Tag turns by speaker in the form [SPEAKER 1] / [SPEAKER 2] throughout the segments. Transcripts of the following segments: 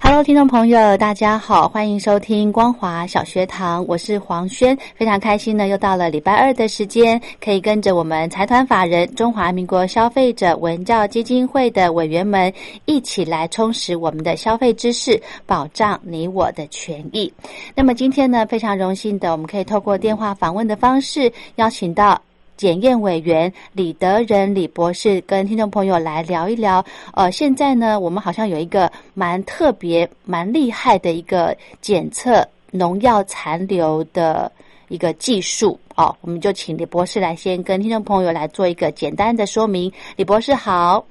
[SPEAKER 1] Hello，听众朋友，大家好，欢迎收听光华小学堂，我是黄轩，非常开心呢，又到了礼拜二的时间，可以跟着我们财团法人中华民国消费者文教基金会的委员们一起来充实我们的消费知识，保障你我的权益。那么今天呢，非常荣幸的，我们可以透过电话访问的方式，邀请到检验委员李德仁李博士跟听众朋友来聊一聊。呃，现在呢，我们好像有一个蛮特别、蛮厉害的一个检测农药残留的一个技术哦，我们就请李博士来先跟听众朋友来做一个简单的说明。李博士好。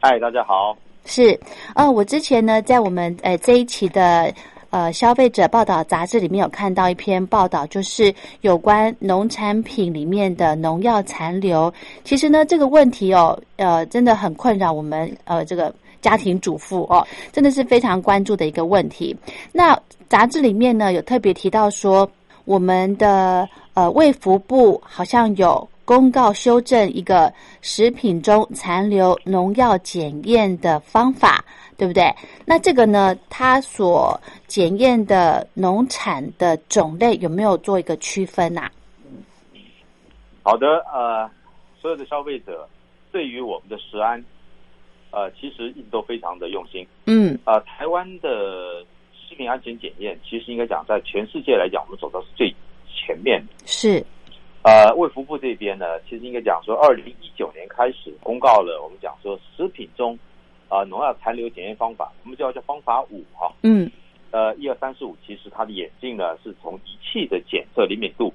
[SPEAKER 2] 嗨，大家好。
[SPEAKER 1] 是，呃，我之前呢，在我们呃这一期的呃消费者报道杂志里面有看到一篇报道，就是有关农产品里面的农药残留。其实呢，这个问题哦，呃，真的很困扰我们呃这个家庭主妇哦，真的是非常关注的一个问题。那杂志里面呢，有特别提到说，我们的呃卫福部好像有公告修正一个食品中残留农药检验的方法，对不对？那这个呢，它所检验的农产的种类有没有做一个区分啊呐、
[SPEAKER 2] 好的，呃，所有的消费者对于我们的食安，呃，其实一直都非常的用心。
[SPEAKER 1] 嗯，
[SPEAKER 2] 呃，台湾的食品安全检验，其实应该讲在全世界来讲，我们走到是最前面的。
[SPEAKER 1] 是，
[SPEAKER 2] 呃，卫福部这边呢，其实应该讲说，二零一九年开始公告了，我们讲说食品中啊农药残留检验方法，我们叫叫方法五哈、
[SPEAKER 1] 嗯，
[SPEAKER 2] 呃，一二三四五，其实它的演进呢是从仪器的检测灵敏度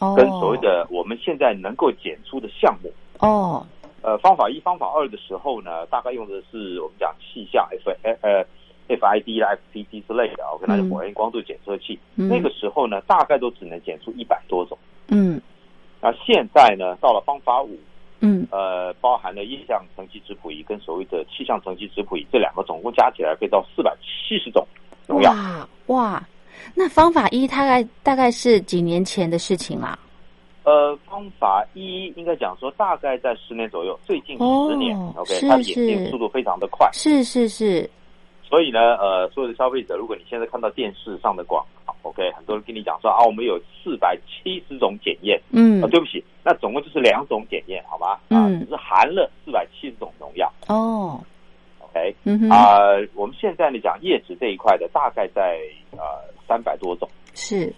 [SPEAKER 1] 哦，
[SPEAKER 2] 跟所谓的我们现在能够检出的项目。
[SPEAKER 1] 哦，
[SPEAKER 2] 呃，方法一、方法二的时候呢，大概用的是我们讲气象 F 呃 FID 啦、FPT 之类的啊，我跟大家
[SPEAKER 1] 嗯
[SPEAKER 2] 火焰光度检测器。
[SPEAKER 1] 嗯
[SPEAKER 2] 那个时候呢，大概都只能检出一百多种。
[SPEAKER 1] 嗯
[SPEAKER 2] 那现在呢，到了方法五，
[SPEAKER 1] 嗯
[SPEAKER 2] 呃，包含了液象成绩质谱仪跟所谓的气象成绩质谱仪这两个，总共加起来可以到四百七十种农药。
[SPEAKER 1] 哇哇，那方法一大概大概是几年前的事情啦、
[SPEAKER 2] 呃，方法一应该讲说大概在十年左右，最近
[SPEAKER 1] 哦
[SPEAKER 2] 十年、o k
[SPEAKER 1] 是
[SPEAKER 2] 它的演进
[SPEAKER 1] 是
[SPEAKER 2] 速度非常的快，
[SPEAKER 1] 是是是，
[SPEAKER 2] 所以呢，呃，所有的消费者，如果你现在看到电视上的广告，OK，很多人跟你讲说啊，我们有四百七十种检验，
[SPEAKER 1] 嗯
[SPEAKER 2] 啊、，对不起，那总共就是两种检验，好吗？啊，
[SPEAKER 1] 嗯
[SPEAKER 2] 只是含了四百七十种农药
[SPEAKER 1] 哦，
[SPEAKER 2] ，OK，
[SPEAKER 1] 嗯哼，
[SPEAKER 2] 啊、我们现在呢讲叶子这一块的，大概在呃三百多种。
[SPEAKER 1] 是，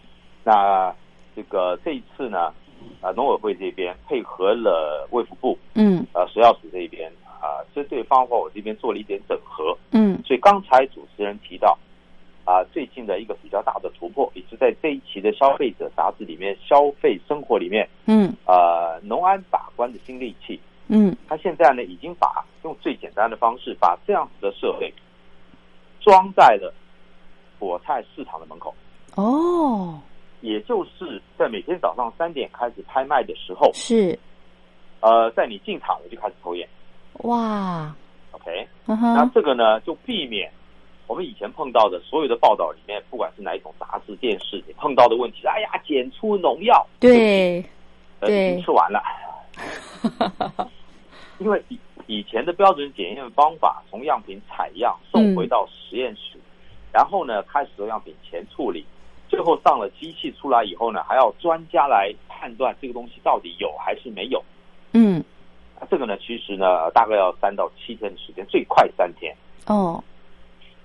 [SPEAKER 2] 那这个这一次呢，啊、农委会这边配合了卫福部。
[SPEAKER 1] 嗯
[SPEAKER 2] 呃食药署这边啊，针对方法我这边做了一点整合，
[SPEAKER 1] 嗯
[SPEAKER 2] 所以刚才主持人提到啊，最近的一个比较大的突破，也是在这一期的消费者杂志里面，消费生活里面，
[SPEAKER 1] 嗯
[SPEAKER 2] 呃，农安把关的新利器，
[SPEAKER 1] 嗯，
[SPEAKER 2] 它现在呢已经把用最简单的方式，把这样子的设备装在了果菜市场的门口。
[SPEAKER 1] 哦，
[SPEAKER 2] 也就是在每天早上三点开始拍卖的时候，
[SPEAKER 1] 是，
[SPEAKER 2] 呃，在你进场我就开始抽烟
[SPEAKER 1] 哇，
[SPEAKER 2] ，OK，
[SPEAKER 1] 嗯
[SPEAKER 2] 那
[SPEAKER 1] 哼，
[SPEAKER 2] 这个呢，就避免我们以前碰到的所有的报道里面，不管是哪一种杂志、电视，你碰到的问题是，哎呀，检出农药，
[SPEAKER 1] 对，
[SPEAKER 2] 呃
[SPEAKER 1] 对
[SPEAKER 2] 已经吃完了， 因为以以前的标准检验方法，从样品采样送回到实验室，然后呢，开始由样品前处理。最后上了机器出来以后呢，还要专家来判断这个东西到底有还是没有。
[SPEAKER 1] 嗯，
[SPEAKER 2] 那这个呢，其实呢，大概要三到七天的时间，最快三天。
[SPEAKER 1] 哦，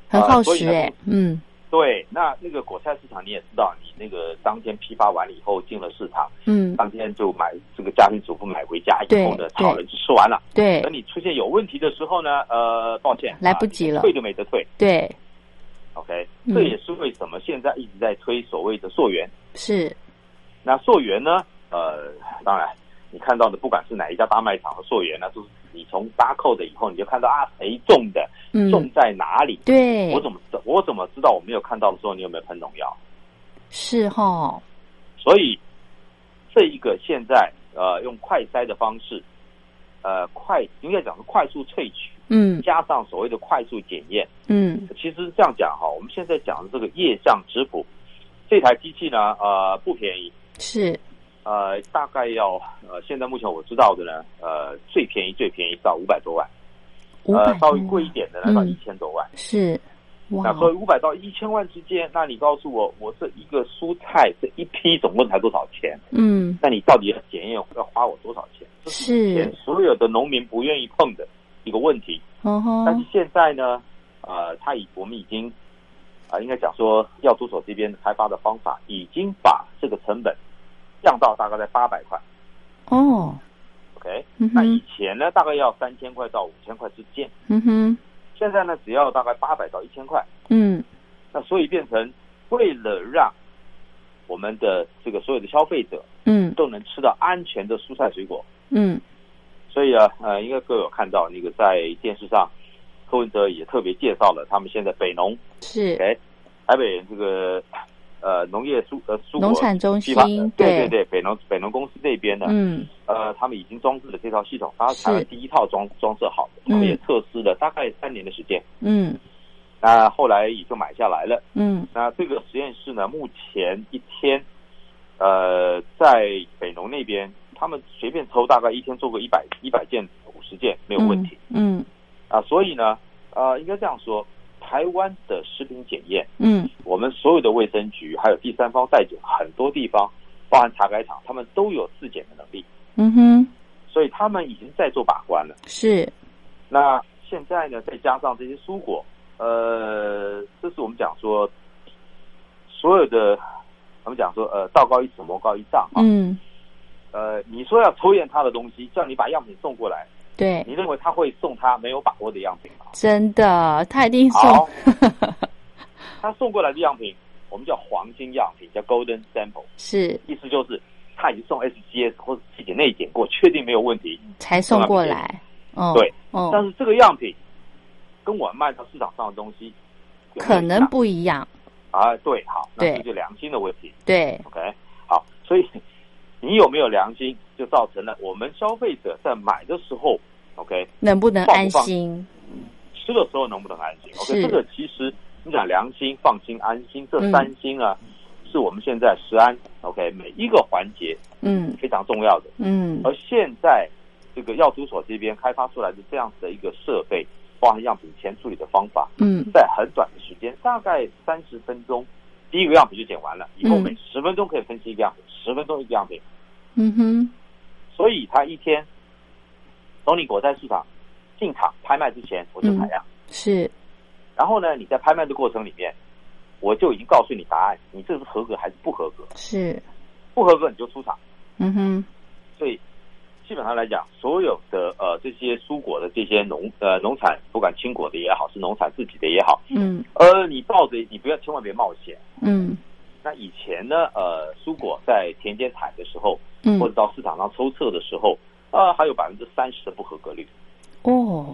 [SPEAKER 1] 很
[SPEAKER 2] 啊
[SPEAKER 1] 耗
[SPEAKER 2] 所以
[SPEAKER 1] 时
[SPEAKER 2] 呢
[SPEAKER 1] 哎、嗯
[SPEAKER 2] 对，那那个果菜市场你也知道，你那个当天批发完了以后进了市场，
[SPEAKER 1] 嗯，
[SPEAKER 2] 当天就买这个家庭主妇买回家以后呢
[SPEAKER 1] 对，
[SPEAKER 2] 炒了就吃完了。
[SPEAKER 1] 对
[SPEAKER 2] 等你出现有问题的时候呢，呃，抱歉，
[SPEAKER 1] 来不及了
[SPEAKER 2] 啊退都没得退。
[SPEAKER 1] 对，
[SPEAKER 2] OK，、
[SPEAKER 1] 嗯
[SPEAKER 2] 这也是为什么现在一直在推所谓的溯源。
[SPEAKER 1] 是，
[SPEAKER 2] 那溯源呢，呃，当然你看到的不管是哪一家大卖场的溯源呢，就是你从搭扣的以后，你就看到啊，谁种的，
[SPEAKER 1] 嗯，
[SPEAKER 2] 种在哪里。
[SPEAKER 1] 对
[SPEAKER 2] 我，怎么知我怎么知道我没有看到的时候你有没有喷农药？
[SPEAKER 1] 是哈，
[SPEAKER 2] 所以这一个现在呃用快筛的方式，呃快应该讲是快速萃取，
[SPEAKER 1] 嗯
[SPEAKER 2] 加上所谓的快速检验。
[SPEAKER 1] 嗯
[SPEAKER 2] 其实这样讲哈，我们现在讲的这个液相质谱，这台机器呢，呃不便宜，
[SPEAKER 1] 是，
[SPEAKER 2] 呃大概要呃现在目前我知道的呢，呃最便宜最便宜到五百多万，
[SPEAKER 1] 五
[SPEAKER 2] 呃
[SPEAKER 1] 百
[SPEAKER 2] 稍微贵一点的呢到
[SPEAKER 1] 嗯
[SPEAKER 2] 一千多万。
[SPEAKER 1] 是，哇
[SPEAKER 2] 那，所以五百到一千万之间，那你告诉我，我这一个蔬菜这一批总共才多少钱？
[SPEAKER 1] 嗯
[SPEAKER 2] 那你到底要检验要花我多少钱？这是以
[SPEAKER 1] 是
[SPEAKER 2] 前，所有的农民不愿意碰的一个问题。
[SPEAKER 1] 哦
[SPEAKER 2] 但是
[SPEAKER 1] 吼，
[SPEAKER 2] 现在呢，呃，他已我们已经啊、呃应该讲说药毒所这边开发的方法，已经把这个成本降到大概在八百块。
[SPEAKER 1] 哦，
[SPEAKER 2] OK，
[SPEAKER 1] 嗯
[SPEAKER 2] 那以
[SPEAKER 1] 哼，
[SPEAKER 2] 前呢大概要三千块到五千块之间，
[SPEAKER 1] 嗯哼，
[SPEAKER 2] 现在呢只要大概八百到一千块。
[SPEAKER 1] 嗯
[SPEAKER 2] 那所以变成为了让我们的这个所有的消费者
[SPEAKER 1] 嗯
[SPEAKER 2] 都能吃到安全的蔬菜水果，
[SPEAKER 1] 嗯，
[SPEAKER 2] 所以啊，呃，应该各位有看到那个在电视上，柯文哲也特别介绍了他们现在北农
[SPEAKER 1] 是，
[SPEAKER 2] 哎，台北这个呃农业蔬呃蔬果
[SPEAKER 1] 农产中
[SPEAKER 2] 批
[SPEAKER 1] 心
[SPEAKER 2] 发呃，对
[SPEAKER 1] 对
[SPEAKER 2] 对，北农北农公司这边呢，
[SPEAKER 1] 嗯
[SPEAKER 2] 呃，他们已经装置了这套系统，它
[SPEAKER 1] 是
[SPEAKER 2] 是台湾第一套装装设好的，他们也
[SPEAKER 1] 嗯
[SPEAKER 2] 测试了大概三年的时间，
[SPEAKER 1] 嗯
[SPEAKER 2] 那后来也就买下来了。
[SPEAKER 1] 嗯
[SPEAKER 2] 那这个实验室呢，目前一天，呃，在北农那边，他们随便抽大概一天做个一百一百件、五十件没有问题、
[SPEAKER 1] 嗯
[SPEAKER 2] 啊。所以呢，呃，应该这样说，台湾的食品检验，
[SPEAKER 1] 嗯
[SPEAKER 2] 我们所有的卫生局还有第三方再检，很多地方，包含茶改厂，他们都有自检的能力，
[SPEAKER 1] 嗯哼，
[SPEAKER 2] 所以他们已经在做把关了。
[SPEAKER 1] 是，
[SPEAKER 2] 那现在呢，再加上这些蔬果，呃，这是我们讲说所有的，我们讲说呃，道高一尺，魔高一丈啊。
[SPEAKER 1] 嗯
[SPEAKER 2] 呃，你说要抽验他的东西，叫你把样品送过来，
[SPEAKER 1] 对，
[SPEAKER 2] 你认为他会送他没有把握的样品吗？
[SPEAKER 1] 真的，他一定
[SPEAKER 2] 好
[SPEAKER 1] 送，
[SPEAKER 2] 他送过来的样品，我们叫黄金样品，叫 golden sample，
[SPEAKER 1] 是
[SPEAKER 2] 意思就是他已经送 SGS 或者自己内检过，确定没有问题。
[SPEAKER 1] 才送过来，哦，
[SPEAKER 2] 对，但
[SPEAKER 1] 哦，
[SPEAKER 2] 是这个样品跟我们卖到市场上的东西有没有
[SPEAKER 1] 可
[SPEAKER 2] 一
[SPEAKER 1] 能
[SPEAKER 2] 样
[SPEAKER 1] 不一样，
[SPEAKER 2] 啊，对，好，那
[SPEAKER 1] 对
[SPEAKER 2] 这就良心的问题。
[SPEAKER 1] 对，
[SPEAKER 2] OK，好，所以你有没有良心，就造成了我们消费者在买的时候，OK，
[SPEAKER 1] 能不能
[SPEAKER 2] 放不
[SPEAKER 1] 安
[SPEAKER 2] 放
[SPEAKER 1] 心？
[SPEAKER 2] 吃的时候能不能安心
[SPEAKER 1] 是
[SPEAKER 2] ？OK，这个其实你讲良心、放心、安心这
[SPEAKER 1] 嗯
[SPEAKER 2] 三心啊，是我们现在食安 OK 每一个环节
[SPEAKER 1] 嗯
[SPEAKER 2] 非常重要的。
[SPEAKER 1] 嗯
[SPEAKER 2] 而现在这个药毒所这边开发出来的这样子的一个设备，包含样品前处理的方法，
[SPEAKER 1] 嗯，
[SPEAKER 2] 在很短的时间，大概三十分钟，第一个样品就剪完了，以后
[SPEAKER 1] 嗯
[SPEAKER 2] 每十分钟可以分析一个样品，十分钟一个样品，
[SPEAKER 1] 嗯哼，
[SPEAKER 2] 所以他一天从你果菜市场进场拍卖之前，我就采样，
[SPEAKER 1] 是，
[SPEAKER 2] 然后呢，你在拍卖的过程里面，我就已经告诉你答案，你这是合格还是不合格，
[SPEAKER 1] 是，
[SPEAKER 2] 不合格你就出场，
[SPEAKER 1] 嗯哼，
[SPEAKER 2] 所以。基本上来讲，所有的呃这些蔬果的这些农呃农产，不管青果的也好，是农产自己的也好，
[SPEAKER 1] 嗯
[SPEAKER 2] 呃，你抱着你不要千万别冒险，
[SPEAKER 1] 嗯
[SPEAKER 2] 那以前呢，呃，蔬果在田间采的时候，
[SPEAKER 1] 嗯
[SPEAKER 2] 或，者到市场上抽测的时候，呃，还有百分之三十的不合格率。
[SPEAKER 1] 哦，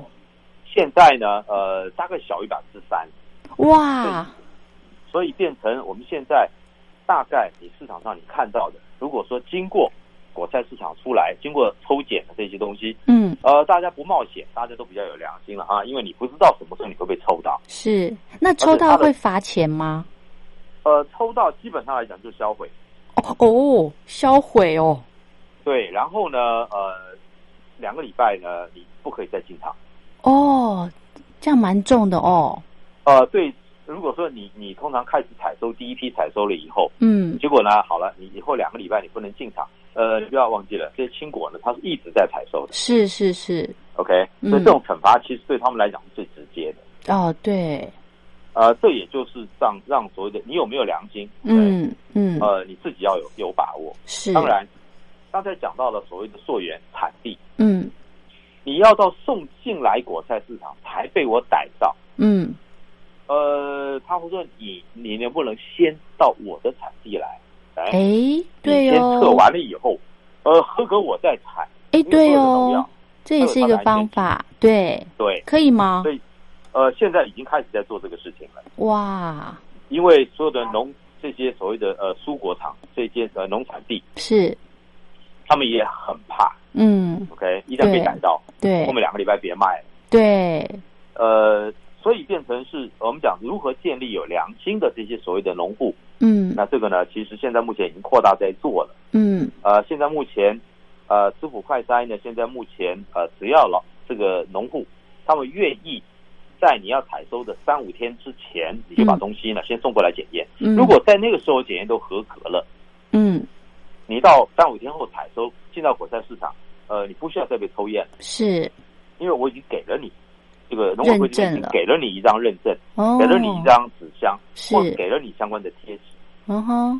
[SPEAKER 2] 现在呢，呃，大概小于百分之三，
[SPEAKER 1] 哇，
[SPEAKER 2] 所以变成我们现在大概你市场上你看到的，如果说经过果菜市场出来，经过抽检的这些东西，
[SPEAKER 1] 嗯，
[SPEAKER 2] 呃，大家不冒险，大家都比较有良心了啊，因为你不知道什么时候你会被抽到，
[SPEAKER 1] 是。那
[SPEAKER 2] 而
[SPEAKER 1] 抽
[SPEAKER 2] 且
[SPEAKER 1] 到
[SPEAKER 2] 它的
[SPEAKER 1] 会罚钱吗？
[SPEAKER 2] 呃，抽到基本上来讲就销毁，
[SPEAKER 1] 哦哦，销毁哦，
[SPEAKER 2] 对，然后呢，呃，两个礼拜呢，你不可以再进场。
[SPEAKER 1] 哦，这样蛮重的哦，
[SPEAKER 2] 呃，对，如果说你你通常开始采收第一批采收了以后，
[SPEAKER 1] 嗯，
[SPEAKER 2] 结果呢，好了，你以后两个礼拜你不能进场，呃，你不要忘记了，这些青果呢，它是一直在采收的
[SPEAKER 1] 是是是，
[SPEAKER 2] ，OK，
[SPEAKER 1] 嗯
[SPEAKER 2] 所以这种惩罚其实对他们来讲是最直接的。
[SPEAKER 1] 哦对，
[SPEAKER 2] 呃，这也就是让让所谓的你有没有良心，对
[SPEAKER 1] 嗯嗯，
[SPEAKER 2] 呃，你自己要有有把握。
[SPEAKER 1] 是，
[SPEAKER 2] 当，然，刚才讲到了所谓的溯源产地，
[SPEAKER 1] 嗯
[SPEAKER 2] 你要到送进来果菜市场才被我逮到。
[SPEAKER 1] 嗯
[SPEAKER 2] 呃，他会说你你能不能先到我的产地来？哎，
[SPEAKER 1] 哎，
[SPEAKER 2] 你
[SPEAKER 1] 对
[SPEAKER 2] 先测
[SPEAKER 1] 哦，
[SPEAKER 2] 完了以后，呃，合格我再采。
[SPEAKER 1] 哎，对
[SPEAKER 2] 因为所有的农药
[SPEAKER 1] 哦，这也是一个方法，对，
[SPEAKER 2] 对，
[SPEAKER 1] 可以吗
[SPEAKER 2] 所？以呃，现在已经开始在做这个事情了，
[SPEAKER 1] 哇，
[SPEAKER 2] 因为所有的农这些所谓的呃蔬果厂这些呃农产地，
[SPEAKER 1] 是，
[SPEAKER 2] 他们也很怕
[SPEAKER 1] 嗯，
[SPEAKER 2] ，OK，一旦被
[SPEAKER 1] 对
[SPEAKER 2] 逮到，
[SPEAKER 1] 对
[SPEAKER 2] 后面两个礼拜别卖了。
[SPEAKER 1] 对，
[SPEAKER 2] 呃，所以变成是呃我们讲如何建立有良心的这些所谓的农户。
[SPEAKER 1] 嗯
[SPEAKER 2] 那这个呢，其实现在目前已经扩大在做了。
[SPEAKER 1] 嗯
[SPEAKER 2] 呃，现在目前，呃，支付快筛呢，现在目前呃，只要老这个农户他们愿意在你要采收的三五天之前，你就把
[SPEAKER 1] 嗯
[SPEAKER 2] 东西呢、先送过来检验。
[SPEAKER 1] 嗯，
[SPEAKER 2] 如果在那个时候检验都合格了，
[SPEAKER 1] 嗯
[SPEAKER 2] 你到三五天后采收进到果菜市场，呃，你不需要再被抽验，
[SPEAKER 1] 是
[SPEAKER 2] 因为我已经给了你这个农委会这
[SPEAKER 1] 认证
[SPEAKER 2] 边已经
[SPEAKER 1] 了
[SPEAKER 2] 给了你一张认证。
[SPEAKER 1] 哦，
[SPEAKER 2] 给了你一张纸箱，
[SPEAKER 1] 是
[SPEAKER 2] 或给了你相关的贴纸，
[SPEAKER 1] 嗯哼，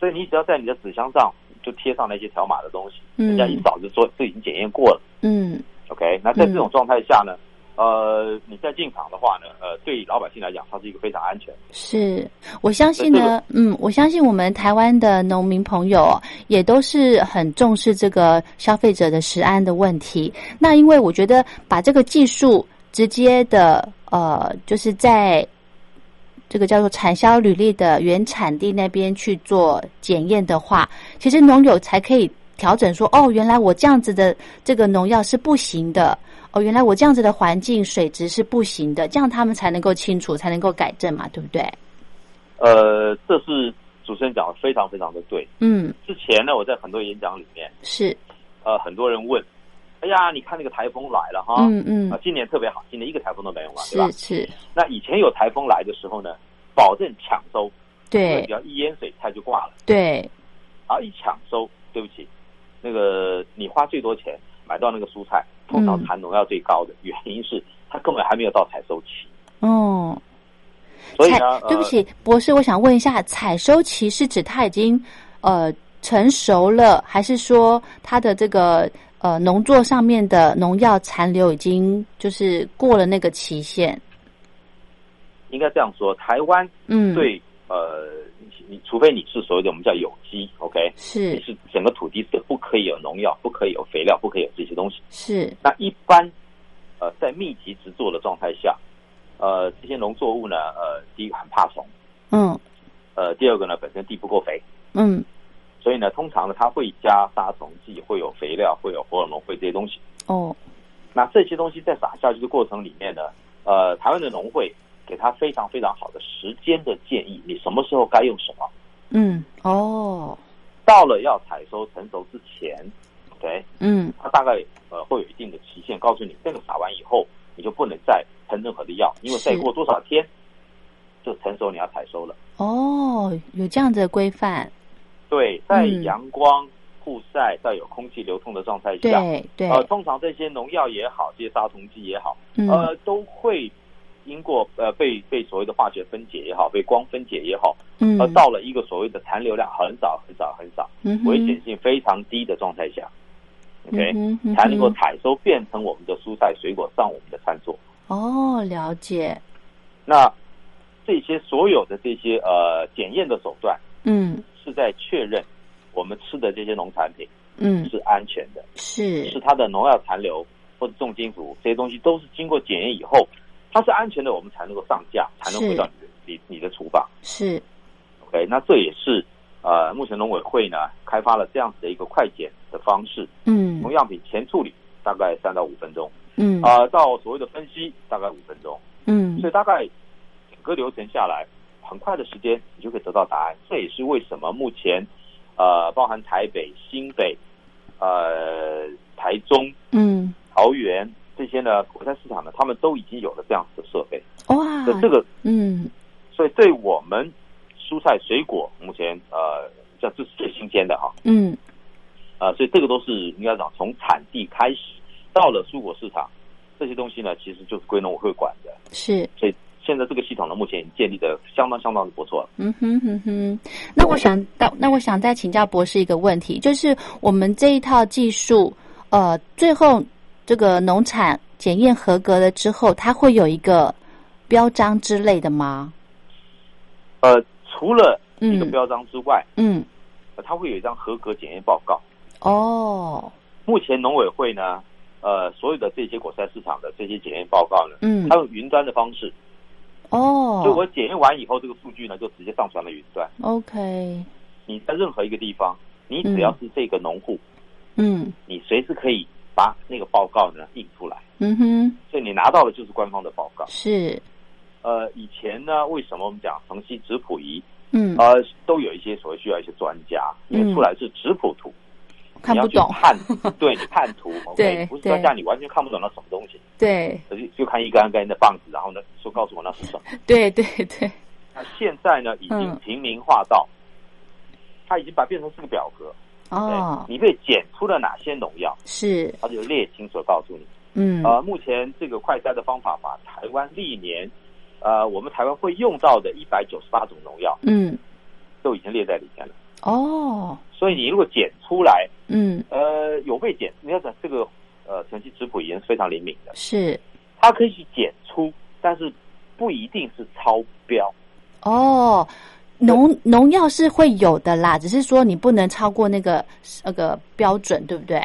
[SPEAKER 2] 所以你只要在你的纸箱上就贴上那些条码的东西，
[SPEAKER 1] 嗯
[SPEAKER 2] 人家一早就说这已经检验过了。
[SPEAKER 1] 嗯
[SPEAKER 2] OK，那在这种状态下呢，呃，你在进场的话呢，呃，对老百姓来讲，它是一个非常安全的。
[SPEAKER 1] 是我相信呢，嗯，我相信我们台湾的农民朋友哦也都是很重视这个消费者的食安的问题。那因为我觉得把这个技术直接的呃，就是在这个叫做产销履历的原产地那边去做检验的话，其实农友才可以调整说，哦，原来我这样子的这个农药是不行的，哦，原来我这样子的环境水质是不行的，这样他们才能够清楚，才能够改正嘛，对不对？
[SPEAKER 2] 呃，这是主持人讲的非常非常的对。
[SPEAKER 1] 嗯，
[SPEAKER 2] 之前呢，我在很多演讲里面，
[SPEAKER 1] 是，
[SPEAKER 2] 呃，很多人问，哎呀，你看那个台风来了哈，
[SPEAKER 1] 嗯
[SPEAKER 2] 啊
[SPEAKER 1] 嗯，，
[SPEAKER 2] 今年特别好，今年一个台风都没有嘛，对吧
[SPEAKER 1] 是？是，
[SPEAKER 2] 那以前有台风来的时候呢，保证抢收，因为
[SPEAKER 1] 对
[SPEAKER 2] 只要一淹水菜就挂了。
[SPEAKER 1] 对，
[SPEAKER 2] 然后一抢收，对不起，那个你花最多钱买到那个蔬菜，通常
[SPEAKER 1] 嗯
[SPEAKER 2] 含农药最高的、原因是它根本还没有到采收期，
[SPEAKER 1] 哦，
[SPEAKER 2] 所以
[SPEAKER 1] 采
[SPEAKER 2] 呢，，呃
[SPEAKER 1] 对不起，博士，我想问一下，采收期是指它已经呃成熟了，还是说它的这个呃农作上面的农药残留已经就是过了那个期限？
[SPEAKER 2] 呃，应该这样说，台湾
[SPEAKER 1] 嗯，，
[SPEAKER 2] 对、呃，你你除非你是所谓的我们叫有机，OK，你
[SPEAKER 1] 是
[SPEAKER 2] 是整个土地是不可以有农药，不可以有肥料，不可以有这些东西。
[SPEAKER 1] 是，
[SPEAKER 2] 那一般呃在密集制作的状态下，呃，这些农作物呢，呃，第一个很怕虫，
[SPEAKER 1] 嗯
[SPEAKER 2] 呃，第二个呢，本身地不够肥。
[SPEAKER 1] 嗯，
[SPEAKER 2] 所以呢，通常呢，它会加杀虫剂，会有肥料，会有荷尔蒙，会这些东西。
[SPEAKER 1] 哦，
[SPEAKER 2] 那这些东西在撒下去的过程里面呢，呃，台湾的农会给他非常非常好的时间的建议，你什么时候该用什么，
[SPEAKER 1] 嗯哦，
[SPEAKER 2] 到了要采收成熟之前，OK，
[SPEAKER 1] 嗯
[SPEAKER 2] 它大概呃会有一定的期限，告诉你这个撒完以后，你就不能再喷任何的药，因为再
[SPEAKER 1] 是
[SPEAKER 2] 过多少天就成熟你要采收了。
[SPEAKER 1] 哦，有这样子的规范，
[SPEAKER 2] 对，在
[SPEAKER 1] 嗯
[SPEAKER 2] 阳光、曝晒、在有空气流通的状态下，
[SPEAKER 1] 对对，
[SPEAKER 2] 呃，通常这些农药也好，这些杀虫剂也好，
[SPEAKER 1] 嗯
[SPEAKER 2] 呃，都会经过呃被被所谓的化学分解也好，被光分解也好，
[SPEAKER 1] 嗯
[SPEAKER 2] 而呃到了一个所谓的残留量很少很少很少，
[SPEAKER 1] 嗯哼
[SPEAKER 2] 危险性非常低的状态下，OK，
[SPEAKER 1] 嗯哼
[SPEAKER 2] 才能够
[SPEAKER 1] 嗯哼
[SPEAKER 2] 采收变成我们的蔬菜水果上我们的餐桌。
[SPEAKER 1] 哦，了解，
[SPEAKER 2] 那这些所有的这些呃检验的手段
[SPEAKER 1] 嗯
[SPEAKER 2] 是在确认我们吃的这些农产品
[SPEAKER 1] 嗯
[SPEAKER 2] 是安全的。
[SPEAKER 1] 是
[SPEAKER 2] 是它的农药残留或者重金属这些东西都是经过检验以后，它是安全的，我们才能够上架，才能
[SPEAKER 1] 是
[SPEAKER 2] 回到你的你你的厨房。
[SPEAKER 1] 是
[SPEAKER 2] OK，那这也是呃，目前农委会呢开发了这样子的一个快检的方式，
[SPEAKER 1] 嗯
[SPEAKER 2] 从样品前处理大概三到五分钟，
[SPEAKER 1] 嗯
[SPEAKER 2] 啊、到所谓的分析大概五分钟，
[SPEAKER 1] 嗯
[SPEAKER 2] 所以大概整个流程下来，很快的时间你就可以得到答案。这也是为什么目前呃，包含台北、新北、呃、台中。
[SPEAKER 1] 嗯
[SPEAKER 2] 桃园这些呢，国菜市场呢，他们都已经有了这样子的设备。
[SPEAKER 1] 哇
[SPEAKER 2] 那这个，
[SPEAKER 1] 嗯
[SPEAKER 2] 所以对我们蔬菜水果目前呃，这这是最新鲜的哈，
[SPEAKER 1] 嗯
[SPEAKER 2] 呃，所以这个都是应该讲从产地开始，到了蔬果市场，这些东西呢，其实就是归农委会管的。
[SPEAKER 1] 是
[SPEAKER 2] 所以现在这个系统呢，目前已经建立的相当相当的不错了。
[SPEAKER 1] 嗯哼哼哼，那我想到，那我想再请教博士一个问题，就是我们这一套技术，呃，最后这个农产检验合格了之后，它会有一个标章之类的吗？
[SPEAKER 2] 呃，除了一个
[SPEAKER 1] 嗯
[SPEAKER 2] 标章之外，
[SPEAKER 1] 嗯，
[SPEAKER 2] 呃它会有一张合格检验报告。
[SPEAKER 1] 哦，
[SPEAKER 2] 目前农委会呢，呃，所有的这些果菜市场的这些检验报告呢，
[SPEAKER 1] 嗯
[SPEAKER 2] 它，用云端的方式，
[SPEAKER 1] 哦，
[SPEAKER 2] 所以我检验完以后，这个数据呢就直接上传了云端。
[SPEAKER 1] OK，
[SPEAKER 2] 你在任何一个地方，你只要是这个农户，
[SPEAKER 1] 嗯
[SPEAKER 2] 你随时可以把那个报告呢印出来，
[SPEAKER 1] 嗯哼，
[SPEAKER 2] 所以你拿到的就是官方的报告。
[SPEAKER 1] 是，
[SPEAKER 2] 呃，以前呢，为什么我们讲城西质谱仪，
[SPEAKER 1] 嗯，
[SPEAKER 2] 呃，都有一些所谓需要一些专家，因为
[SPEAKER 1] 嗯
[SPEAKER 2] 出来是质谱图，
[SPEAKER 1] 看
[SPEAKER 2] 你要
[SPEAKER 1] 不
[SPEAKER 2] 去
[SPEAKER 1] 懂，
[SPEAKER 2] 判，对你判图
[SPEAKER 1] 对
[SPEAKER 2] ，OK，不是
[SPEAKER 1] 对
[SPEAKER 2] 专家，你完全看不懂那什么东西，
[SPEAKER 1] 对
[SPEAKER 2] 可是就看一根一根的棒子，然后呢，说告诉我那是什么。
[SPEAKER 1] 对对对，
[SPEAKER 2] 那现在呢，已经
[SPEAKER 1] 嗯
[SPEAKER 2] 平民化到，它已经把变成是个表格，
[SPEAKER 1] 哦
[SPEAKER 2] 对，，你被检出了哪些农药，
[SPEAKER 1] 是，
[SPEAKER 2] 它就列清楚地告诉你。
[SPEAKER 1] 嗯，
[SPEAKER 2] 呃，目前这个快筛的方法把台湾历年，呃，我们台湾会用到的一百九十八种农药
[SPEAKER 1] 嗯，
[SPEAKER 2] 都已经列在里面了。
[SPEAKER 1] 哦，
[SPEAKER 2] 所以你如果检出来，
[SPEAKER 1] 嗯，
[SPEAKER 2] 呃，有被检，你要讲这个呃，成绩质谱仪是非常灵敏的，
[SPEAKER 1] 是，
[SPEAKER 2] 它可以去检出，但是不一定是超标。
[SPEAKER 1] 哦，农农药是会有的啦，只是说你不能超过那个那个标准，对不对？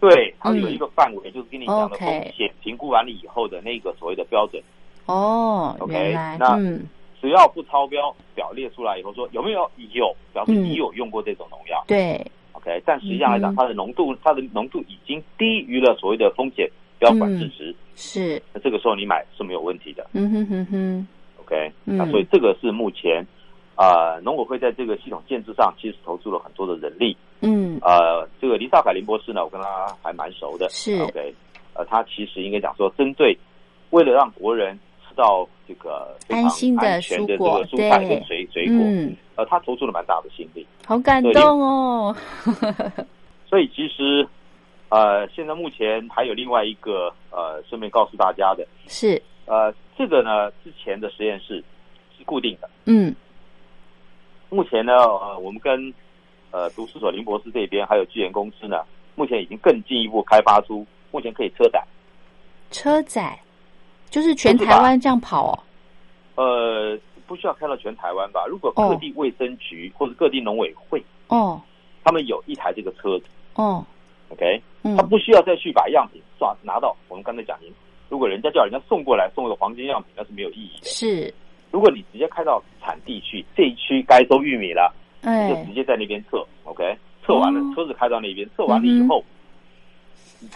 [SPEAKER 2] 对，它
[SPEAKER 1] 嗯
[SPEAKER 2] 有一个范围，就是跟你讲的
[SPEAKER 1] OK
[SPEAKER 2] 风险评估完了以后的那个所谓的标准，
[SPEAKER 1] 哦，
[SPEAKER 2] OK，
[SPEAKER 1] 原来，
[SPEAKER 2] 那
[SPEAKER 1] 嗯，
[SPEAKER 2] 只要不超标，表列出来以后说有没有有，表示
[SPEAKER 1] 嗯
[SPEAKER 2] 你有用过这种农药。
[SPEAKER 1] 对，
[SPEAKER 2] OK，但实际上来
[SPEAKER 1] 嗯
[SPEAKER 2] 讲，
[SPEAKER 1] 哼
[SPEAKER 2] 它的浓度，它的浓度已经低于了所谓的风险标
[SPEAKER 1] 嗯
[SPEAKER 2] 管制值，
[SPEAKER 1] 是，
[SPEAKER 2] 那这个时候你买是没有问题的。
[SPEAKER 1] 嗯哼哼哼，
[SPEAKER 2] OK，、
[SPEAKER 1] 嗯
[SPEAKER 2] 那所以这个是目前，呃，农委会在这个系统建制上其实投注了很多的人力。
[SPEAKER 1] 嗯，
[SPEAKER 2] 呃，这个林少凯林博士呢，我跟他还蛮熟的。
[SPEAKER 1] 是
[SPEAKER 2] OK，呃，他其实应该讲说，针对为了让国人吃到这个非常
[SPEAKER 1] 安心的
[SPEAKER 2] 安全的这
[SPEAKER 1] 蔬果
[SPEAKER 2] 个蔬菜
[SPEAKER 1] 对
[SPEAKER 2] 跟水水果，
[SPEAKER 1] 嗯，
[SPEAKER 2] 呃，他投注了蛮大的心力。
[SPEAKER 1] 好感
[SPEAKER 2] 对
[SPEAKER 1] 动哦，
[SPEAKER 2] 所以其实，呃，现在目前还有另外一个呃，顺便告诉大家的，
[SPEAKER 1] 是，
[SPEAKER 2] 呃，这个呢之前的实验室是固定的，
[SPEAKER 1] 嗯，
[SPEAKER 2] 目前呢，呃，我们跟呃读书所林博士这边还有巨源公司呢，目前已经更进一步开发出，目前可以车载，
[SPEAKER 1] 车载就是全
[SPEAKER 2] 就是
[SPEAKER 1] 台
[SPEAKER 2] 把
[SPEAKER 1] 湾这样跑哦，
[SPEAKER 2] 呃，不需要开到全台湾吧？如果
[SPEAKER 1] 哦
[SPEAKER 2] 各地卫生局或者各地农委会，
[SPEAKER 1] 哦
[SPEAKER 2] 他们有一台这个车子
[SPEAKER 1] 哦，
[SPEAKER 2] ，OK，
[SPEAKER 1] 嗯
[SPEAKER 2] 他，啊不需要再去把样品抓拿到，我们刚才讲您。如果人家叫人家送过来送个黄金样品，那是没有意义的。
[SPEAKER 1] 是，
[SPEAKER 2] 如果你直接开到产地去，这一区该收玉米了，你就
[SPEAKER 1] 哎
[SPEAKER 2] 直，接在那边测，OK，测完了、
[SPEAKER 1] 哦嗯
[SPEAKER 2] 车子开到那边，测完了以后，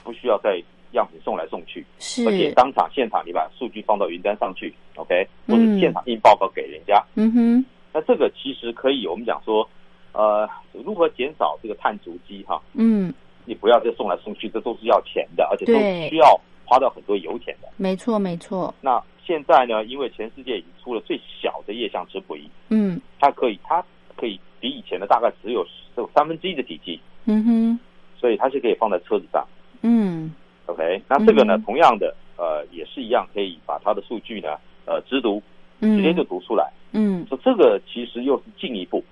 [SPEAKER 2] 不需要再样品送来送去，而且
[SPEAKER 1] 是，
[SPEAKER 2] 当场现场你把数据放到云端上去，OK，或者
[SPEAKER 1] 嗯
[SPEAKER 2] 现场印报告给人家，
[SPEAKER 1] 嗯哼，
[SPEAKER 2] 那这个其实可以我们讲说，呃，如何减少这个碳足迹哈，
[SPEAKER 1] 嗯，
[SPEAKER 2] 你不要再送来送去，这都是要钱的，而且都
[SPEAKER 1] 对
[SPEAKER 2] 需要花到很多油钱的。
[SPEAKER 1] 没错没错，
[SPEAKER 2] 那现在呢，因为全世界已经出了最小的液相质谱仪。
[SPEAKER 1] 嗯
[SPEAKER 2] 它可以，它可以比以前的大概只有只有三分之一的体积，
[SPEAKER 1] 嗯哼，
[SPEAKER 2] 所以它是可以放在车子上。
[SPEAKER 1] 嗯
[SPEAKER 2] OK，那这个呢，
[SPEAKER 1] 嗯
[SPEAKER 2] 同样的，呃，也是一样可以把它的数据呢，呃，直读，直接就
[SPEAKER 1] 嗯
[SPEAKER 2] 读出来。
[SPEAKER 1] 嗯，
[SPEAKER 2] 所以这个其实又是进一步。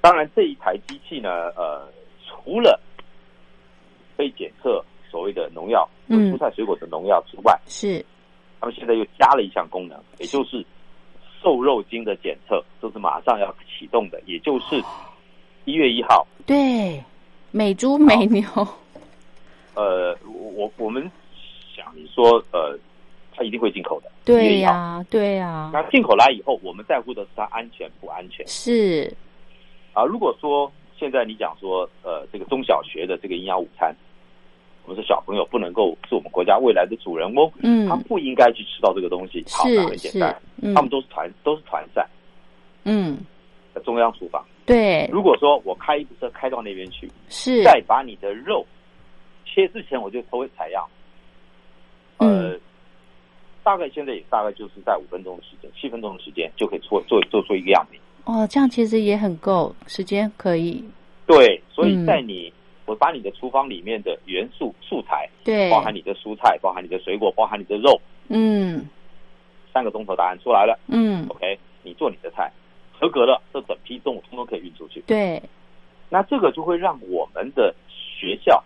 [SPEAKER 2] 当然，这一台机器呢，呃，除了可以检测所谓的农药、或者
[SPEAKER 1] 嗯
[SPEAKER 2] 蔬菜水果的农药之外，
[SPEAKER 1] 是，
[SPEAKER 2] 他们现在又加了一项功能，也就是瘦肉精的检测，这是马上要启动的，也就是一月一号。
[SPEAKER 1] 对，美猪美牛，
[SPEAKER 2] 呃，我我我们想你说，呃，它一定会进口的，
[SPEAKER 1] 对呀、
[SPEAKER 2] 1月1号
[SPEAKER 1] 对呀、
[SPEAKER 2] 那进口来以后，我们在乎的是它安全不安全
[SPEAKER 1] 是，
[SPEAKER 2] 啊。如果说现在你讲说，呃，这个中小学的这个营养午餐，我们说小朋友不能够是我们国家未来的主人翁，
[SPEAKER 1] 嗯
[SPEAKER 2] 他，不应该去吃到这个东西。好，那很
[SPEAKER 1] 是
[SPEAKER 2] 简
[SPEAKER 1] 是
[SPEAKER 2] 单，，
[SPEAKER 1] 嗯
[SPEAKER 2] 他们都是团都是团膳，
[SPEAKER 1] 嗯，
[SPEAKER 2] 在中央厨房。
[SPEAKER 1] 对，
[SPEAKER 2] 如果说我开一部车开到那边去，
[SPEAKER 1] 是，
[SPEAKER 2] 再把你的肉切之前，我就稍微采样，
[SPEAKER 1] 嗯
[SPEAKER 2] 呃，大概现在也大概就是在五分钟的时间、七分钟的时间就可以做做做出一个样品。
[SPEAKER 1] 哦，这样其实也很够，时间可以，
[SPEAKER 2] 对，所
[SPEAKER 1] 嗯
[SPEAKER 2] 以在你、我把你的厨房里面的元素素材，
[SPEAKER 1] 对，
[SPEAKER 2] 包含你的蔬菜，包含你的水果，包含你的肉，
[SPEAKER 1] 嗯，
[SPEAKER 2] 三个钟头答案出来了
[SPEAKER 1] 嗯，
[SPEAKER 2] ，OK，你做你的菜，合格了，这整批动物通通可以运出去。
[SPEAKER 1] 对，
[SPEAKER 2] 那这个就会让我们的学校，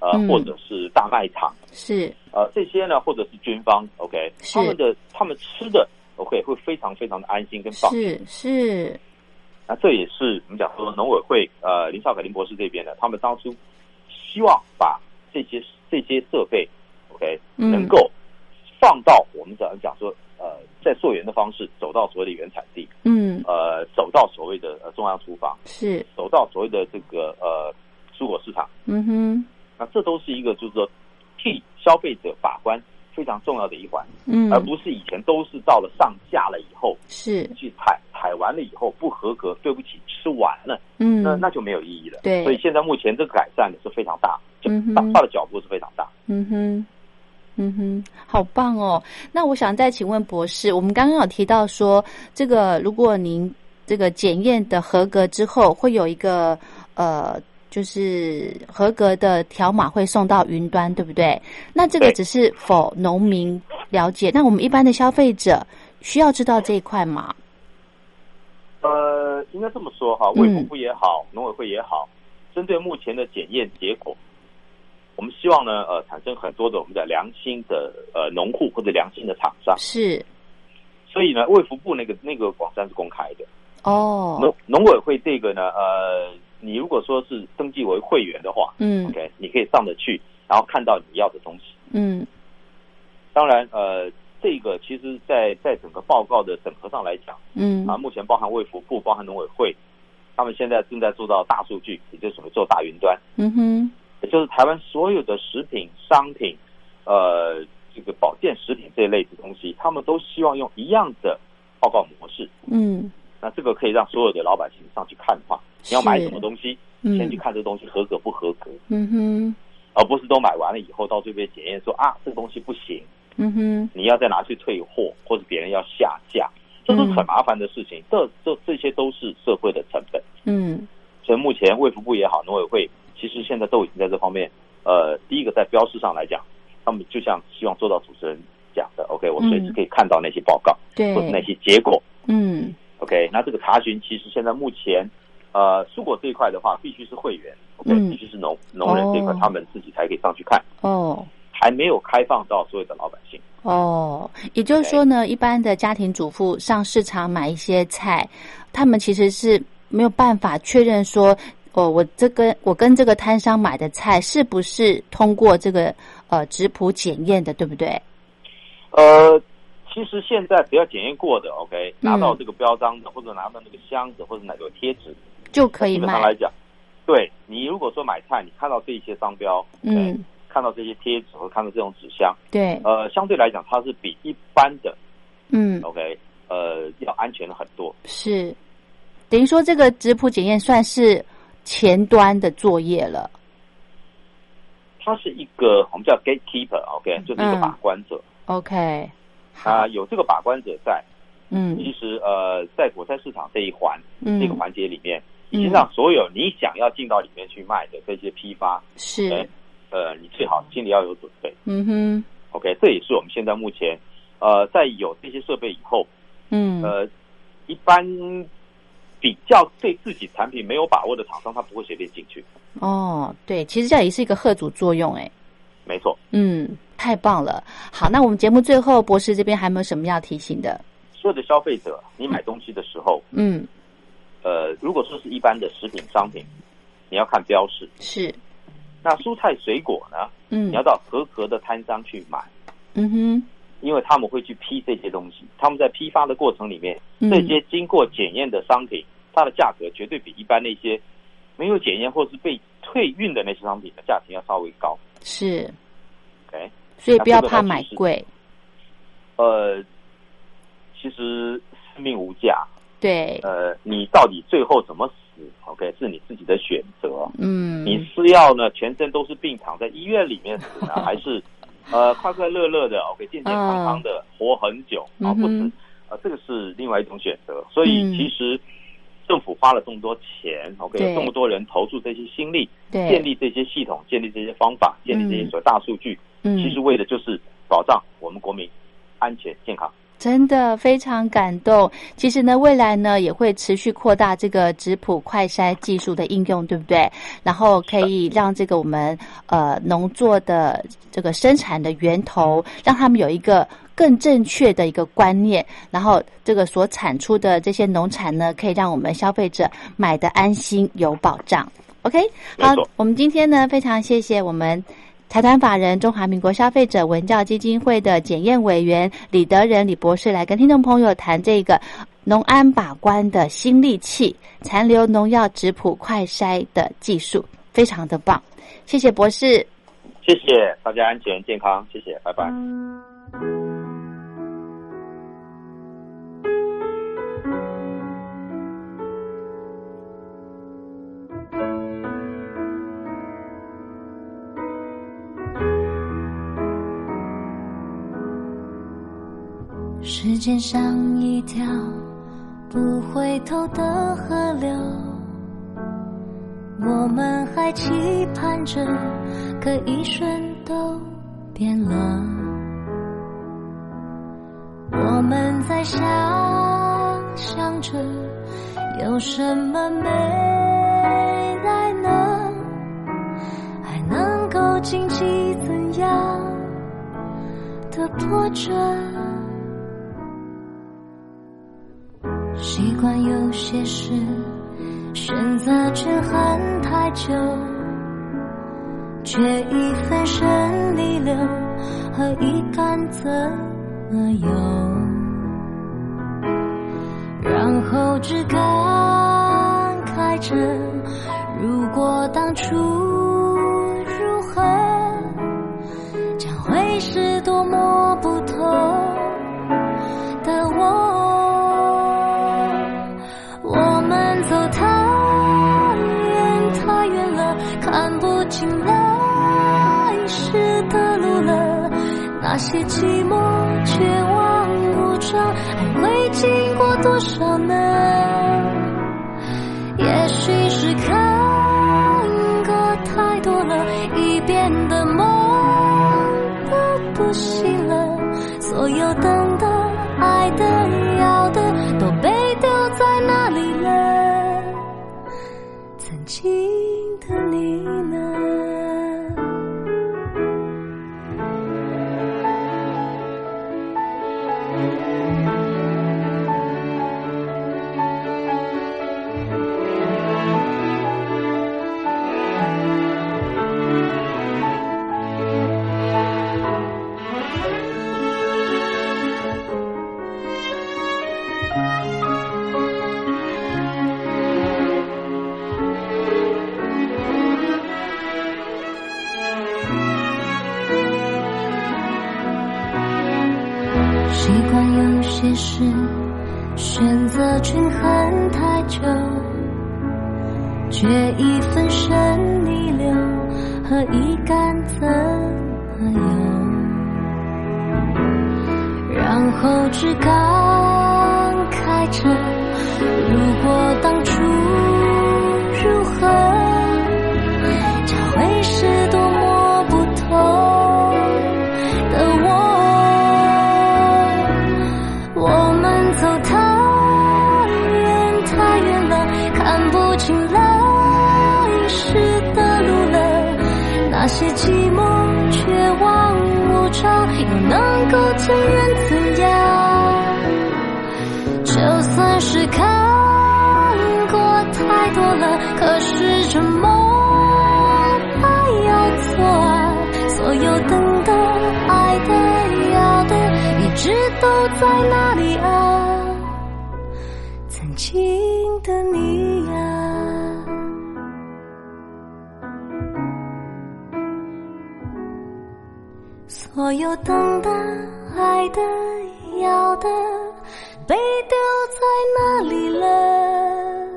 [SPEAKER 2] 呃，
[SPEAKER 1] 嗯
[SPEAKER 2] 或者是大卖场，
[SPEAKER 1] 是
[SPEAKER 2] 呃，这些呢，或者是军方，OK，
[SPEAKER 1] 是
[SPEAKER 2] 他们的他们吃的，OK，会非常非常的安心跟放心。
[SPEAKER 1] 是是，
[SPEAKER 2] 那这也是我们讲说农委会，呃，林少凯林博士这边呢，他们当初希望把这些这些设备，OK，
[SPEAKER 1] 嗯
[SPEAKER 2] 能够放到我们讲讲说，呃，在溯源的方式走到所谓的原产地，
[SPEAKER 1] 嗯
[SPEAKER 2] 呃，走到所谓的呃中央厨房，
[SPEAKER 1] 是，
[SPEAKER 2] 走到所谓的这个呃蔬果市场。
[SPEAKER 1] 嗯哼，
[SPEAKER 2] 那这都是一个就是说替消费者把关非常重要的一环，
[SPEAKER 1] 嗯
[SPEAKER 2] 而不是以前都是到了上架了以后
[SPEAKER 1] 是，
[SPEAKER 2] 去采采完了以后不合格，对不起，吃完了，
[SPEAKER 1] 嗯
[SPEAKER 2] 那那就没有意义了。
[SPEAKER 1] 对
[SPEAKER 2] 所以现在目前这个改善是非常大，就
[SPEAKER 1] 嗯哼
[SPEAKER 2] 大跨的脚步是非常大。
[SPEAKER 1] 嗯哼，嗯哼，好棒哦！那我想再请问博士，我们刚刚有提到说，这个如果您这个检验的合格之后，会有一个呃，就是合格的条码会送到云端，对不对？那这个
[SPEAKER 2] 对
[SPEAKER 1] 只是否农民了解？那我们一般的消费者需要知道这一块吗？
[SPEAKER 2] 呃，应该这么说哈，
[SPEAKER 1] 嗯
[SPEAKER 2] 卫福部也好，农委会也好，针对目前的检验结果，我们希望呢，呃，产生很多的我们的良心的呃农户或者良心的厂商。
[SPEAKER 1] 是
[SPEAKER 2] 所以呢，卫福部那个那个网站是公开的，
[SPEAKER 1] 哦
[SPEAKER 2] 农，农委会这个呢，呃，你如果说是登记为会员的话
[SPEAKER 1] 嗯
[SPEAKER 2] ，OK，你可以上得去，然后看到你要的东西。
[SPEAKER 1] 嗯
[SPEAKER 2] 当然，呃，这个其实在在整个报告的整合上来讲
[SPEAKER 1] 嗯
[SPEAKER 2] 啊，目前包含卫福部、包含农委会，他们现在正在做到大数据，也就是我们做大云端，
[SPEAKER 1] 嗯哼，
[SPEAKER 2] 也就是台湾所有的食品、商品，呃，这个保健食品这一类的东西，他们都希望用一样的报告模式。
[SPEAKER 1] 嗯
[SPEAKER 2] 那这个可以让所有的老百姓上去看的话，你要买什么东西，先去
[SPEAKER 1] 嗯
[SPEAKER 2] 看这东西合格不合格，
[SPEAKER 1] 嗯哼
[SPEAKER 2] 而不是都买完了以后到最后被检验说啊这个东西不行，
[SPEAKER 1] 嗯哼
[SPEAKER 2] 你要再拿去退货，或者别人要下架，这都是很麻烦的事情。这这这些都是社会的成本。
[SPEAKER 1] 嗯
[SPEAKER 2] 所以目前卫福部也好，农委会其实现在都已经在这方面，呃，第一个在标识上来讲，他们就像希望做到主持人讲的，OK，我随时可以看到那些报告、
[SPEAKER 1] 对
[SPEAKER 2] 或者那些结果，
[SPEAKER 1] 嗯
[SPEAKER 2] OK，那这个查询其实现在目前，呃，蔬果这一块的话，必须是会员，OK，、
[SPEAKER 1] 嗯
[SPEAKER 2] 必须是农农人这一块、
[SPEAKER 1] 哦
[SPEAKER 2] 他们自己才可以上去看，
[SPEAKER 1] 哦。
[SPEAKER 2] 还没有开放到所有的老百姓。
[SPEAKER 1] 哦，也就是说呢，一般的家庭主妇上市场买一些菜，他们其实是没有办法确认说，哦，我这个我跟这个摊商买的菜是不是通过这个呃质谱检验的，对不对？
[SPEAKER 2] 呃，其实现在只要检验过的，OK，
[SPEAKER 1] 嗯
[SPEAKER 2] 拿到这个标章的，或者拿到那个箱子，或者拿有贴纸，
[SPEAKER 1] 就可以
[SPEAKER 2] 基本上来
[SPEAKER 1] 卖。
[SPEAKER 2] 讲，对你如果说买菜，你看到这一些商标，对，
[SPEAKER 1] 嗯，
[SPEAKER 2] 看到这些贴纸和看到这种纸箱，
[SPEAKER 1] 对，
[SPEAKER 2] 呃，相对来讲，它是比一般的
[SPEAKER 1] 嗯，
[SPEAKER 2] OK，呃，要安全了很多。
[SPEAKER 1] 是，等于说这个质谱检验算是前端的作业了。
[SPEAKER 2] 它是一个我们叫 gatekeeper，OK，、就是
[SPEAKER 1] 嗯
[SPEAKER 2] 一个把关者。
[SPEAKER 1] OK，
[SPEAKER 2] 啊、
[SPEAKER 1] 好，
[SPEAKER 2] 有这个把关者在，
[SPEAKER 1] 嗯
[SPEAKER 2] 其实呃，在果菜市场这一环、
[SPEAKER 1] 嗯
[SPEAKER 2] 这个，环节里面，
[SPEAKER 1] 嗯
[SPEAKER 2] 已经让所有你想要进到里面去卖的这些批发，
[SPEAKER 1] 是
[SPEAKER 2] 哎，呃，你最好心里要有准备。
[SPEAKER 1] 嗯哼，
[SPEAKER 2] OK，这也是我们现在目前，呃，在有这些设备以后，
[SPEAKER 1] 嗯，
[SPEAKER 2] 呃，一般比较对自己产品没有把握的厂商，他不会随便进去。
[SPEAKER 1] 哦，对，其实这也是一个贺主作用，哎，
[SPEAKER 2] 没错，
[SPEAKER 1] 嗯，太棒了。好，那我们节目最后，博士这边还有没有什么要提醒的？
[SPEAKER 2] 所有的消费者，你买东西的时候，
[SPEAKER 1] 嗯，
[SPEAKER 2] 呃，如果说是一般的食品商品，你要看标识。
[SPEAKER 1] 是，
[SPEAKER 2] 那蔬菜水果呢，
[SPEAKER 1] 嗯
[SPEAKER 2] 你要，到合格的摊商去买，
[SPEAKER 1] 嗯哼，
[SPEAKER 2] 因为他们会去批这些东西。他们在批发的过程里面，
[SPEAKER 1] 嗯
[SPEAKER 2] 这些经过检验的商品，它的价格绝对比一般那些没有检验或是被退运的那些商品的价钱要稍微高。
[SPEAKER 1] 是，
[SPEAKER 2] OK，
[SPEAKER 1] 所以
[SPEAKER 2] 那
[SPEAKER 1] 不要
[SPEAKER 2] 这个
[SPEAKER 1] 怕
[SPEAKER 2] 呢
[SPEAKER 1] 买
[SPEAKER 2] 就是
[SPEAKER 1] 贵，
[SPEAKER 2] 呃，其实生命无价，
[SPEAKER 1] 对，
[SPEAKER 2] 呃，你到底最后怎么死？OK，是你自己的选择。
[SPEAKER 1] 嗯，
[SPEAKER 2] 你是要呢全身都是病躺在医院里面 死呢，还是呃快快乐乐的，OK，健健康康的、活很久啊？
[SPEAKER 1] 嗯哼
[SPEAKER 2] 不死，呃，这个是另外一种选择。所以
[SPEAKER 1] 嗯
[SPEAKER 2] 其实政府花了这么多钱，OK，
[SPEAKER 1] 对
[SPEAKER 2] 有这么多人投注这些心力，
[SPEAKER 1] 对，
[SPEAKER 2] 建立这些系统，建立这些方法，建立这些所谓大数据，
[SPEAKER 1] 嗯
[SPEAKER 2] 其实为的就是保障我们国民安全健康。
[SPEAKER 1] 真的非常感动。其实呢，未来呢也会持续扩大这个质谱快筛技术的应用，对不对？然后可以让这个我们呃农作的这个生产的源头，让他们有一个更正确的一个观念，然后这个所产出的这些农产呢，可以让我们消费者买的安心有保障。OK，好
[SPEAKER 2] 没错，
[SPEAKER 1] 我们今天呢非常谢谢我们财团法人中华民国消费者文教基金会的检验委员李德仁李博士来跟听众朋友谈这个农安把关的新利器——残留农药质谱快筛的技术，非常的棒。谢谢博士。
[SPEAKER 2] 谢谢大家，安全健康，谢谢，拜拜。
[SPEAKER 3] 时间像一条不回头的河流，我们还期盼着，可一瞬都变了。我们在想象着，有什么没来呢？还能够经济怎样的波折？习惯有些事选择权恨太久，却一分身逆流，何以敢怎么有？然后只感慨着，如果当初如何，将会是多么不同的我。我们走太远太远了，看不清来时的路了。那些寂寞绝望无常，还未经过多少呢？也许是看过太多了，已变得梦的不行了。所有等的、爱的、要的，都被丢在哪里了？曾经的你呢？习惯有些事选择权衡太久，决一分身逆流，何以敢怎么有？然后只感慨着，如果当初如何，将会是多么不同的我。我们走太远太远了，看不清来时的路了。那些寂寞、绝望、无常，又能够怎远怎样？就算是看过太多了，可是这梦还要做啊，所有等的、爱的、要的，一直都在哪里啊？曾经的你呀、所有等的、爱的、要的，被丢在哪里了？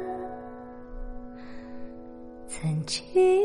[SPEAKER 3] 曾经